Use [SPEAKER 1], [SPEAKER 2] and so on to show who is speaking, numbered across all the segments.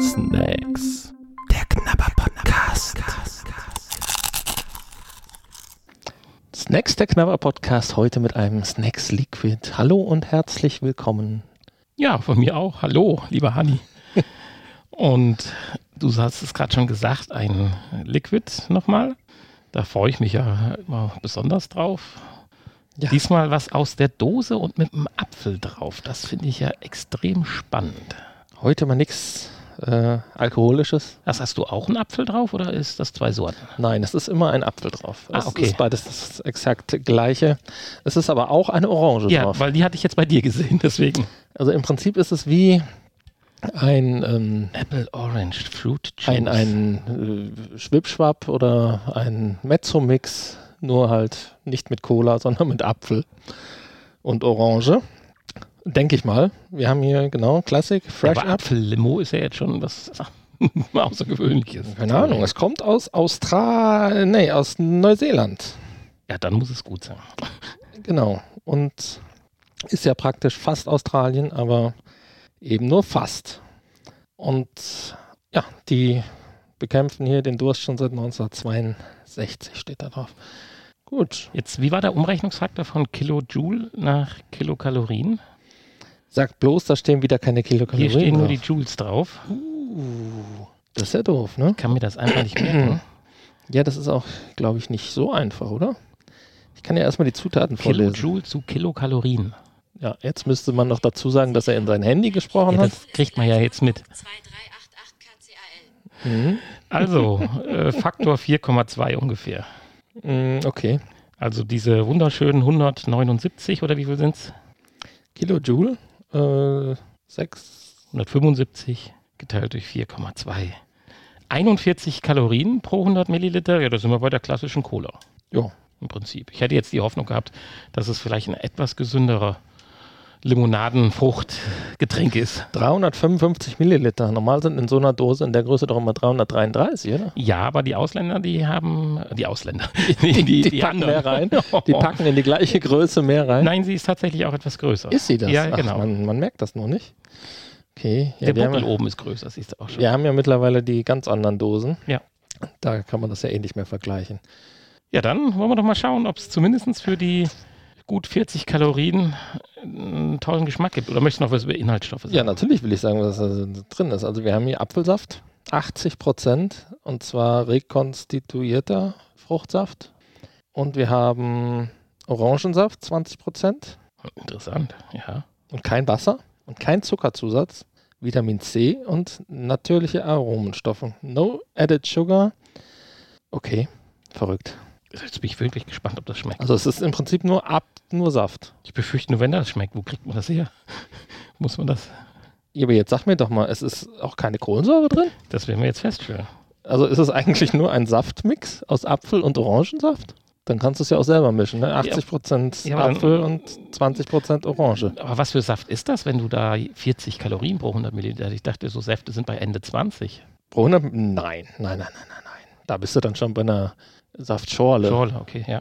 [SPEAKER 1] Snacks. Der Knabber Podcast.
[SPEAKER 2] Snacks, der Knabber Podcast, heute mit einem Snacks Liquid. Hallo und herzlich willkommen.
[SPEAKER 1] Ja, von mir auch. Hallo, lieber Hanni. und du hast es gerade schon gesagt, ein Liquid nochmal. Da freue ich mich ja immer besonders drauf.
[SPEAKER 2] Ja.
[SPEAKER 1] Diesmal was aus der Dose und mit einem Apfel drauf. Das finde ich ja extrem spannend.
[SPEAKER 2] Heute mal nichts äh, Alkoholisches.
[SPEAKER 1] Das hast du auch einen Apfel drauf oder ist das zwei Sorten?
[SPEAKER 2] Nein, es ist immer ein Apfel drauf.
[SPEAKER 1] Ah,
[SPEAKER 2] es
[SPEAKER 1] okay.
[SPEAKER 2] ist beides das exakt gleiche. Es ist aber auch eine Orange
[SPEAKER 1] Ja,
[SPEAKER 2] drauf.
[SPEAKER 1] weil die hatte ich jetzt bei dir gesehen, deswegen.
[SPEAKER 2] Also im Prinzip ist es wie ein, ähm,
[SPEAKER 1] Apple Orange Fruit Juice.
[SPEAKER 2] ein, ein äh, Schwipschwapp oder ein Mezzo-Mix, nur halt nicht mit Cola, sondern mit Apfel und Orange. Denke ich mal. Wir haben hier genau Classic, Fresh
[SPEAKER 1] Aber
[SPEAKER 2] Apfel.
[SPEAKER 1] Apfellimo ist ja jetzt schon was Außergewöhnliches.
[SPEAKER 2] Keine Ahnung, es kommt aus Austral, nee, aus Neuseeland.
[SPEAKER 1] Ja, dann muss es gut sein.
[SPEAKER 2] Genau. Und ist ja praktisch fast Australien, aber eben nur fast. Und ja, die bekämpfen hier den Durst schon seit 1962, steht da drauf. Gut.
[SPEAKER 1] Jetzt, wie war der Umrechnungsfaktor von Kilojoule nach Kilokalorien?
[SPEAKER 2] Sagt bloß, da stehen wieder keine
[SPEAKER 1] Hier
[SPEAKER 2] Kilokalorien.
[SPEAKER 1] stehen nur die
[SPEAKER 2] drauf.
[SPEAKER 1] Joules drauf.
[SPEAKER 2] uh, das ist ja doof, ne?
[SPEAKER 1] Ich kann mir das einfach nicht
[SPEAKER 2] Hm,
[SPEAKER 1] merken.
[SPEAKER 2] Ja, das ist auch, glaube ich, nicht so einfach, oder? Ich kann ja erstmal die Zutaten vorlesen.
[SPEAKER 1] Kilojoule zu Kilokalorien.
[SPEAKER 2] Ja, jetzt müsste man noch dazu sagen, dass er in sein Handy gesprochen
[SPEAKER 1] Ja,
[SPEAKER 2] hat.
[SPEAKER 1] das kriegt man ja jetzt mit.
[SPEAKER 3] 2388 KCAL.
[SPEAKER 2] Mhm.
[SPEAKER 1] Also, äh, Faktor 4,2 ungefähr.
[SPEAKER 2] Mm, okay.
[SPEAKER 1] Also diese wunderschönen 179 oder wie viel sind es?
[SPEAKER 2] Kilojoule, äh, 6,
[SPEAKER 1] 175 geteilt durch 4,2. 41 Kalorien pro 100 Milliliter. Ja, da sind wir bei der klassischen Cola.
[SPEAKER 2] ja,
[SPEAKER 1] im Prinzip. Ich hätte jetzt die Hoffnung gehabt, dass es vielleicht ein etwas gesünderer Limonadenfruchtgetränk ist.
[SPEAKER 2] 355 Milliliter. Normal sind in so einer Dose in der Größe doch immer 333, oder?
[SPEAKER 1] Ja, aber die Ausländer, die haben, die Ausländer, die, die, die,
[SPEAKER 2] packen
[SPEAKER 1] anderen.
[SPEAKER 2] mehr rein. Die packen in die gleiche Größe mehr rein.
[SPEAKER 1] Nein, sie ist tatsächlich auch etwas größer.
[SPEAKER 2] Ist sie das?
[SPEAKER 1] Ja,
[SPEAKER 2] Ach,
[SPEAKER 1] genau.
[SPEAKER 2] man, man merkt das noch nicht. Okay. Ja,
[SPEAKER 1] Der
[SPEAKER 2] wir,
[SPEAKER 1] Buckel
[SPEAKER 2] haben,
[SPEAKER 1] oben ist größer, siehst du auch schon.
[SPEAKER 2] wir haben ja mittlerweile die ganz anderen Dosen.
[SPEAKER 1] Ja.
[SPEAKER 2] Da kann man das ja eh nicht mehr vergleichen.
[SPEAKER 1] Ja, dann wollen wir doch mal schauen, ob es zumindest für die gut 40 Kalorien einen tollen Geschmack gibt. Oder möchtest du noch was über Inhaltsstoffe sagen?
[SPEAKER 2] Ja, natürlich will ich sagen, was da drin ist. Also wir haben hier Apfelsaft, 80 Prozent und zwar rekonstituierter Fruchtsaft. Und wir haben Orangensaft, 20 Prozent
[SPEAKER 1] Interessant, ja.
[SPEAKER 2] und kein Wasser und kein Zuckerzusatz, Vitamin C und natürliche Aromenstoffe. No added sugar. Okay, verrückt.
[SPEAKER 1] Jetzt bin ich wirklich gespannt, ob das schmeckt.
[SPEAKER 2] Also es ist im Prinzip nur ab, nur Saft.
[SPEAKER 1] Ich befürchte nur, wenn das schmeckt, wo kriegt man das her? Muss man das?
[SPEAKER 2] Ja, Aber jetzt sag mir doch mal, es ist auch keine Kohlensäure drin?
[SPEAKER 1] Das werden wir jetzt feststellen.
[SPEAKER 2] Also ist es eigentlich nur ein Saftmix aus Apfel und Orangensaft? Dann kannst du es ja auch selber mischen, ne? 80%
[SPEAKER 1] Ja, aber dann-
[SPEAKER 2] Apfel und 20% Orange.
[SPEAKER 1] Aber was für Saft ist das, wenn du da 40 Kalorien pro 100 Milliliter? Ich dachte, so Säfte sind bei Ende 20.
[SPEAKER 2] Pro 100, nein, nein, nein, nein, nein, nein. Da bist du dann schon bei einer Saftschorle.
[SPEAKER 1] Schorle, Oh. okay, ja.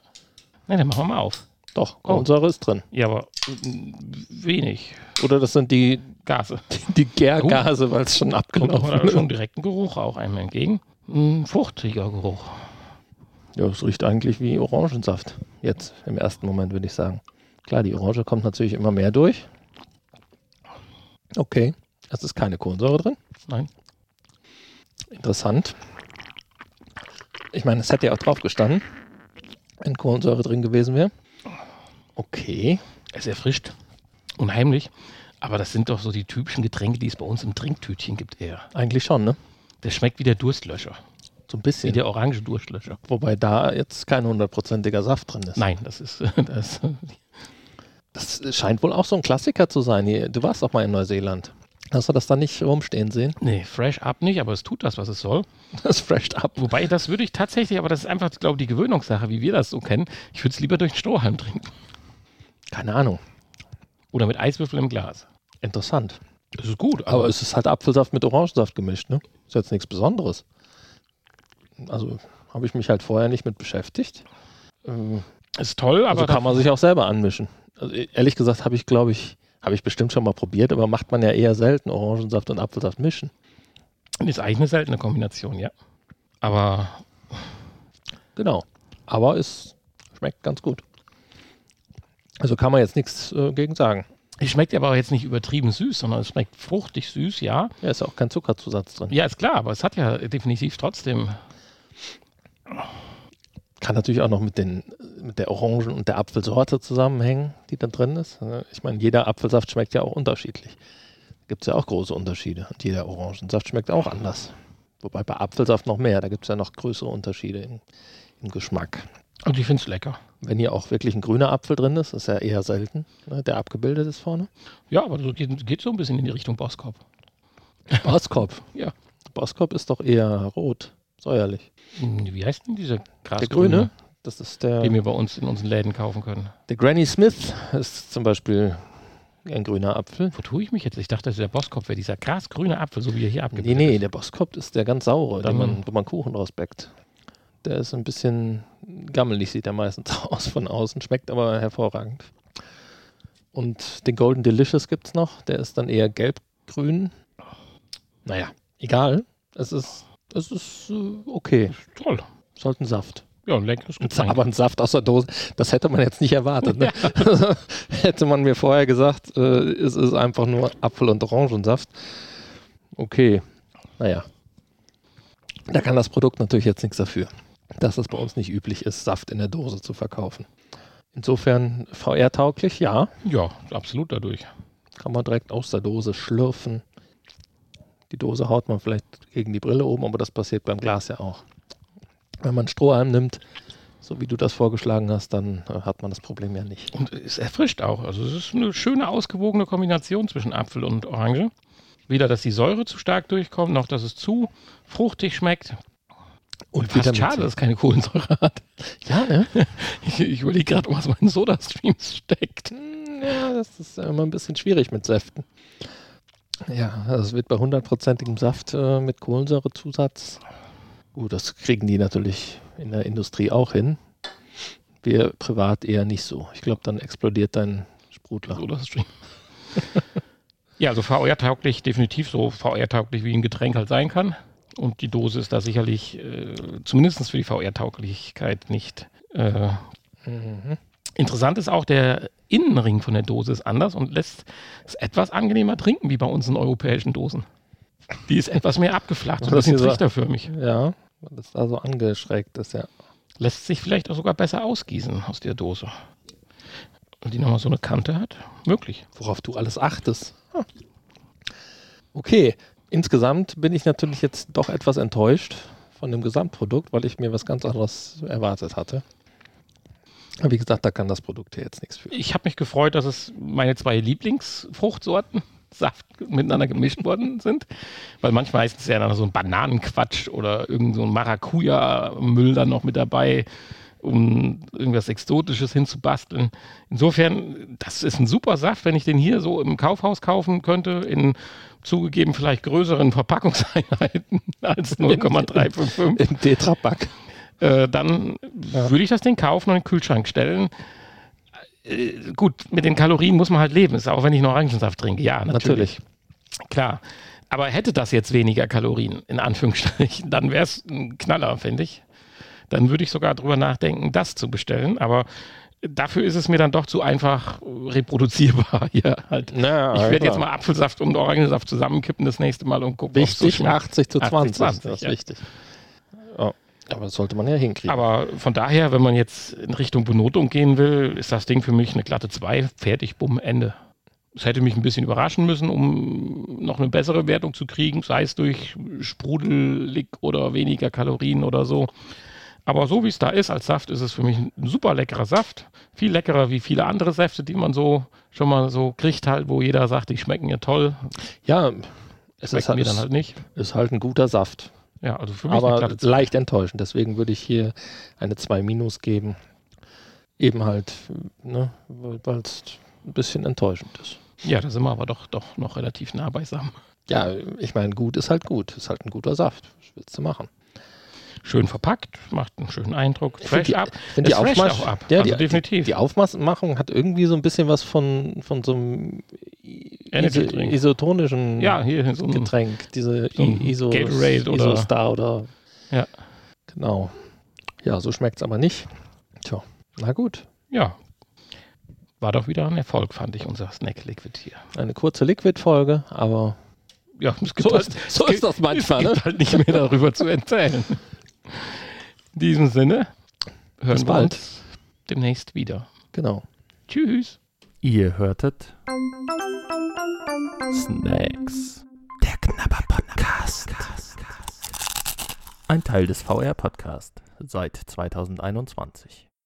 [SPEAKER 1] Na, dann machen wir mal auf.
[SPEAKER 2] Doch, Kohlensäure ist drin.
[SPEAKER 1] Ja, aber mm, wenig
[SPEAKER 2] Oder das sind die,
[SPEAKER 1] Gase.
[SPEAKER 2] die Gärgase, weil es schon
[SPEAKER 1] Kommt doch
[SPEAKER 2] abgelaufen
[SPEAKER 1] mal
[SPEAKER 2] ist.
[SPEAKER 1] Genau, schon direkt ein Geruch auch einem entgegen. Ein fruchtiger Geruch.
[SPEAKER 2] Ja, es riecht eigentlich wie Orangensaft. Jetzt im ersten Moment würde ich sagen. Klar, die Orange kommt natürlich immer mehr durch. Okay, es ist keine Kohlensäure drin.
[SPEAKER 1] Nein.
[SPEAKER 2] Interessant. Ich meine, es hätte ja auch drauf gestanden, wenn Kohlensäure drin gewesen wäre. Okay.
[SPEAKER 1] Es erfrischt. Unheimlich. Aber das sind doch so die typischen Getränke, die es bei uns im Trinktütchen gibt eher.
[SPEAKER 2] Eigentlich schon, ne?
[SPEAKER 1] Das schmeckt wie der Durstlöscher.
[SPEAKER 2] So ein
[SPEAKER 1] Wie
[SPEAKER 2] bisschen.
[SPEAKER 1] der orange Durstlöscher.
[SPEAKER 2] Wobei da jetzt kein hundertprozentiger Saft drin ist.
[SPEAKER 1] Nein, das ist das.
[SPEAKER 2] Das scheint wohl auch so ein Klassiker zu sein. Hier, Du warst doch mal in Neuseeland. Hast du das da nicht rumstehen sehen?
[SPEAKER 1] Nee, Fresh Up nicht, aber es tut das, was es soll.
[SPEAKER 2] Das fresht ab.
[SPEAKER 1] Wobei, das würde ich tatsächlich, aber das ist einfach, glaube ich, die Gewöhnungssache, wie wir das so kennen. Ich würde es lieber durch den Strohhalm trinken.
[SPEAKER 2] Keine Ahnung.
[SPEAKER 1] Oder mit Eiswürfel im Glas.
[SPEAKER 2] Interessant.
[SPEAKER 1] Das ist gut,
[SPEAKER 2] Aber es ist halt Apfelsaft mit Orangensaft gemischt, ne? Ist jetzt nichts Besonderes. Also habe ich mich halt vorher nicht mit beschäftigt. Ähm,
[SPEAKER 1] ist toll, aber
[SPEAKER 2] also kann man sich auch selber anmischen. Also, e- ehrlich Also, gesagt habe ich, glaube ich, Habe ich bestimmt schon mal probiert, aber macht man ja eher selten Orangensaft und Apfelsaft mischen.
[SPEAKER 1] Ist eigentlich eine seltene Kombination, ja. Aber
[SPEAKER 2] Genau. Aber es schmeckt ganz gut. Also kann man jetzt nichts äh, gegen sagen.
[SPEAKER 1] es schmeckt aber auch jetzt nicht übertrieben süß, sondern es schmeckt fruchtig süß, ja.
[SPEAKER 2] Ja, ist ja auch kein Zuckerzusatz drin.
[SPEAKER 1] Ja, ist klar, aber es hat ja definitiv trotzdem
[SPEAKER 2] Kann natürlich auch noch mit, den, mit der Orangen- und der Apfelsorte zusammenhängen, die da drin ist. Äh, Ich meine, jeder Apfelsaft schmeckt ja auch unterschiedlich. Gibt es ja auch große Unterschiede. Und jeder Orangensaft schmeckt auch anders. Wobei bei Apfelsaft noch mehr, da gibt es ja noch größere Unterschiede im, im Geschmack.
[SPEAKER 1] Und ich finde es lecker.
[SPEAKER 2] Wenn hier auch wirklich ein grüner Apfel drin ist, ist ja eher selten, ne, der abgebildet ist vorne.
[SPEAKER 1] Ja, aber so geht, geht so ein bisschen in die Richtung Boskop.
[SPEAKER 2] Boskop.
[SPEAKER 1] Ja.
[SPEAKER 2] Boskop ist doch eher rot, säuerlich.
[SPEAKER 1] Hm, Wie heißt denn dieser Gras?
[SPEAKER 2] der grüne, das ist der,
[SPEAKER 1] Den wir bei uns in unseren Läden kaufen können.
[SPEAKER 2] der Granny Smith, ist zum Beispiel ein grüner Apfel.
[SPEAKER 1] Wo tue ich mich jetzt? Ich dachte, das ist der Boskop wäre dieser grasgrüne Apfel, so wie er hier
[SPEAKER 2] Nee,
[SPEAKER 1] abgebildet
[SPEAKER 2] nee, der Boskop ist der ganz saure, den
[SPEAKER 1] Dann-
[SPEAKER 2] man, wo man Kuchen rausbeckt. Der ist ein bisschen gammelig, sieht er meistens aus von außen, schmeckt aber hervorragend. Und den Golden Delicious gibt es noch, der ist dann eher gelb-grün. Naja, egal. Es ist, es ist äh, okay.
[SPEAKER 1] ist. Toll.
[SPEAKER 2] Ist halt ein Saft.
[SPEAKER 1] Ja, ein leckeres
[SPEAKER 2] Ein
[SPEAKER 1] Getränk.
[SPEAKER 2] aber ein Saft aus der Dose, das hätte man jetzt nicht erwartet. Ne? hätte man mir vorher gesagt, äh, es ist einfach nur Apfel- und Orangensaft. Okay, naja. Da kann das Produkt natürlich jetzt nichts dafür, dass es bei uns nicht üblich ist, Saft in der Dose zu verkaufen. Insofern VR-tauglich, ja.
[SPEAKER 1] Ja, absolut dadurch.
[SPEAKER 2] Kann man direkt aus der Dose schlürfen. Die Dose haut man vielleicht gegen die Brille oben, aber das passiert beim Glas ja auch. Wenn man Strohhalm nimmt, so wie du das vorgeschlagen hast, dann äh, hat man das Problem ja nicht.
[SPEAKER 1] Und es erfrischt auch. Also es ist eine schöne, ausgewogene Kombination zwischen Apfel und Orange. Weder, dass die Säure zu stark durchkommt, noch, dass es zu fruchtig schmeckt.
[SPEAKER 2] Und
[SPEAKER 1] Fast schade, dass es keine Kohlensäure hat.
[SPEAKER 2] Ja, ne?
[SPEAKER 1] Ich, ich überlege gerade, was mein Soda-Stream steckt.
[SPEAKER 2] Mm, ja, das ist immer ein bisschen schwierig mit Säften. Ja, das wird bei hundertprozentigem Saft äh, mit Kohlensäurezusatz. Gut, das kriegen die natürlich in der Industrie auch hin. Wir privat eher nicht so. Ich glaube, dann explodiert dein Sprudler.
[SPEAKER 1] Soda-Stream. ja, also VR-tauglich, definitiv so VR-tauglich, wie ein Getränk halt sein kann. Und die Dose ist da sicherlich, äh, zumindest für die VR-Tauglichkeit, nicht äh,
[SPEAKER 2] Mhm.
[SPEAKER 1] Interessant ist auch, der Innenring von der Dose ist anders und lässt es etwas angenehmer trinken, wie bei uns in europäischen Dosen. Die ist etwas mehr abgeflacht, so ein
[SPEAKER 2] Das
[SPEAKER 1] bisschen
[SPEAKER 2] ist ja-
[SPEAKER 1] trichterförmig.
[SPEAKER 2] Ja, weil das da so angeschrägt ist, ja.
[SPEAKER 1] Lässt sich vielleicht auch sogar besser ausgießen aus der Dose. Und die nochmal so eine Kante hat. Möglich.
[SPEAKER 2] Worauf du alles achtest. Hm. Okay, insgesamt bin ich natürlich jetzt doch etwas enttäuscht von dem Gesamtprodukt, weil ich mir was ganz anderes erwartet hatte. Aber wie gesagt, da kann das Produkt ja jetzt nichts für.
[SPEAKER 1] Ich habe mich gefreut, dass es meine zwei Lieblingsfruchtsorten, Saft, miteinander gemischt worden sind. Weil manchmal heißt es ja dann so ein Bananenquatsch oder irgend so ein Maracuja-Müll dann noch mit dabei, um irgendwas Exotisches hinzubasteln. Insofern, das ist ein super Saft, wenn ich den hier so im Kaufhaus kaufen könnte, in zugegeben vielleicht größeren Verpackungseinheiten als 0,355
[SPEAKER 2] Im Tetrapack.
[SPEAKER 1] äh, dann
[SPEAKER 2] Ja.
[SPEAKER 1] würde ich das Ding kaufen und in den Kühlschrank stellen. Äh, gut, mit den Kalorien muss man halt leben, ist auch wenn ich einen Orangensaft trinke. Ja, natürlich,
[SPEAKER 2] Natürlich.
[SPEAKER 1] klar. Aber hätte das jetzt weniger Kalorien, in Anführungsstrichen, dann wäre es ein Knaller, finde ich. Dann würde ich sogar drüber nachdenken, das zu bestellen. Aber dafür ist es mir dann doch zu einfach äh, reproduzierbar. Ja, halt.
[SPEAKER 2] Na,
[SPEAKER 1] Ich werde jetzt
[SPEAKER 2] ja. genau.
[SPEAKER 1] mal Apfelsaft und Orangensaft zusammenkippen das nächste Mal und gucken, ob's so
[SPEAKER 2] Wichtig,
[SPEAKER 1] schmeckt.
[SPEAKER 2] 80 zu 20.
[SPEAKER 1] 20,
[SPEAKER 2] das ist
[SPEAKER 1] ja.
[SPEAKER 2] wichtig. Ja, aber das sollte man ja hinkriegen.
[SPEAKER 1] Aber von daher, wenn man jetzt in Richtung Benotung gehen will, ist das Ding für mich eine glatte 2, fertig, bumm, Ende. Es hätte mich ein bisschen überraschen müssen, um noch eine bessere Wertung zu kriegen, sei es durch Sprudelig oder weniger Kalorien oder so. Aber so wie es da ist als Saft, ist es für mich ein super leckerer Saft. Viel leckerer wie viele andere Säfte, die man so schon mal so kriegt, halt, wo jeder sagt, die schmecken ja toll.
[SPEAKER 2] ja, es ist
[SPEAKER 1] Schmecken
[SPEAKER 2] halt,
[SPEAKER 1] mir dann halt nicht.
[SPEAKER 2] ist halt ein guter Saft.
[SPEAKER 1] Ja, also für mich eine
[SPEAKER 2] aber
[SPEAKER 1] glatte 2.
[SPEAKER 2] leicht enttäuschend. Deswegen würde ich hier eine 2 minus geben. Eben halt, ne, weil es ein bisschen enttäuschend ist.
[SPEAKER 1] Ja, da sind wir aber doch, doch noch relativ nah beisammen.
[SPEAKER 2] Ja, ich meine, gut ist halt gut. Ist halt ein guter Saft. Was willst du machen?
[SPEAKER 1] schön verpackt, macht einen schönen Eindruck.
[SPEAKER 2] Ich
[SPEAKER 1] Trash
[SPEAKER 2] find die-
[SPEAKER 1] ab.
[SPEAKER 2] ich find die
[SPEAKER 1] Es trasht
[SPEAKER 2] Aufmachung-
[SPEAKER 1] auch ab.
[SPEAKER 2] Ja,
[SPEAKER 1] also
[SPEAKER 2] die-
[SPEAKER 1] definitiv.
[SPEAKER 2] Die Aufmachung hat irgendwie so ein bisschen was von, von so einem
[SPEAKER 1] Energy-Drink.
[SPEAKER 2] isotonischen
[SPEAKER 1] ja, hier so ein
[SPEAKER 2] Getränk. Diese
[SPEAKER 1] so ein
[SPEAKER 2] I- Iso,
[SPEAKER 1] Gatorade oder-
[SPEAKER 2] Iso-Star oder.
[SPEAKER 1] Ja.
[SPEAKER 2] Genau. Ja, so schmeckt es aber nicht. Tja, na gut.
[SPEAKER 1] Ja. War doch wieder ein Erfolg, fand ich, unser Snack Liquid hier.
[SPEAKER 2] Eine kurze Liquid-Folge, aber
[SPEAKER 1] Ja, es gibt
[SPEAKER 2] so
[SPEAKER 1] halt,
[SPEAKER 2] ist, so ist das manchmal.
[SPEAKER 1] es
[SPEAKER 2] Ne?
[SPEAKER 1] gibt halt nicht mehr darüber zu erzählen. In diesem Sinne, hören
[SPEAKER 2] Bis
[SPEAKER 1] wir
[SPEAKER 2] bald.
[SPEAKER 1] uns demnächst wieder.
[SPEAKER 2] Genau.
[SPEAKER 1] Tschüss.
[SPEAKER 4] Ihr hörtet Snacks. Der Knabber Podcast. Ein Teil des VR Podcast seit 2021.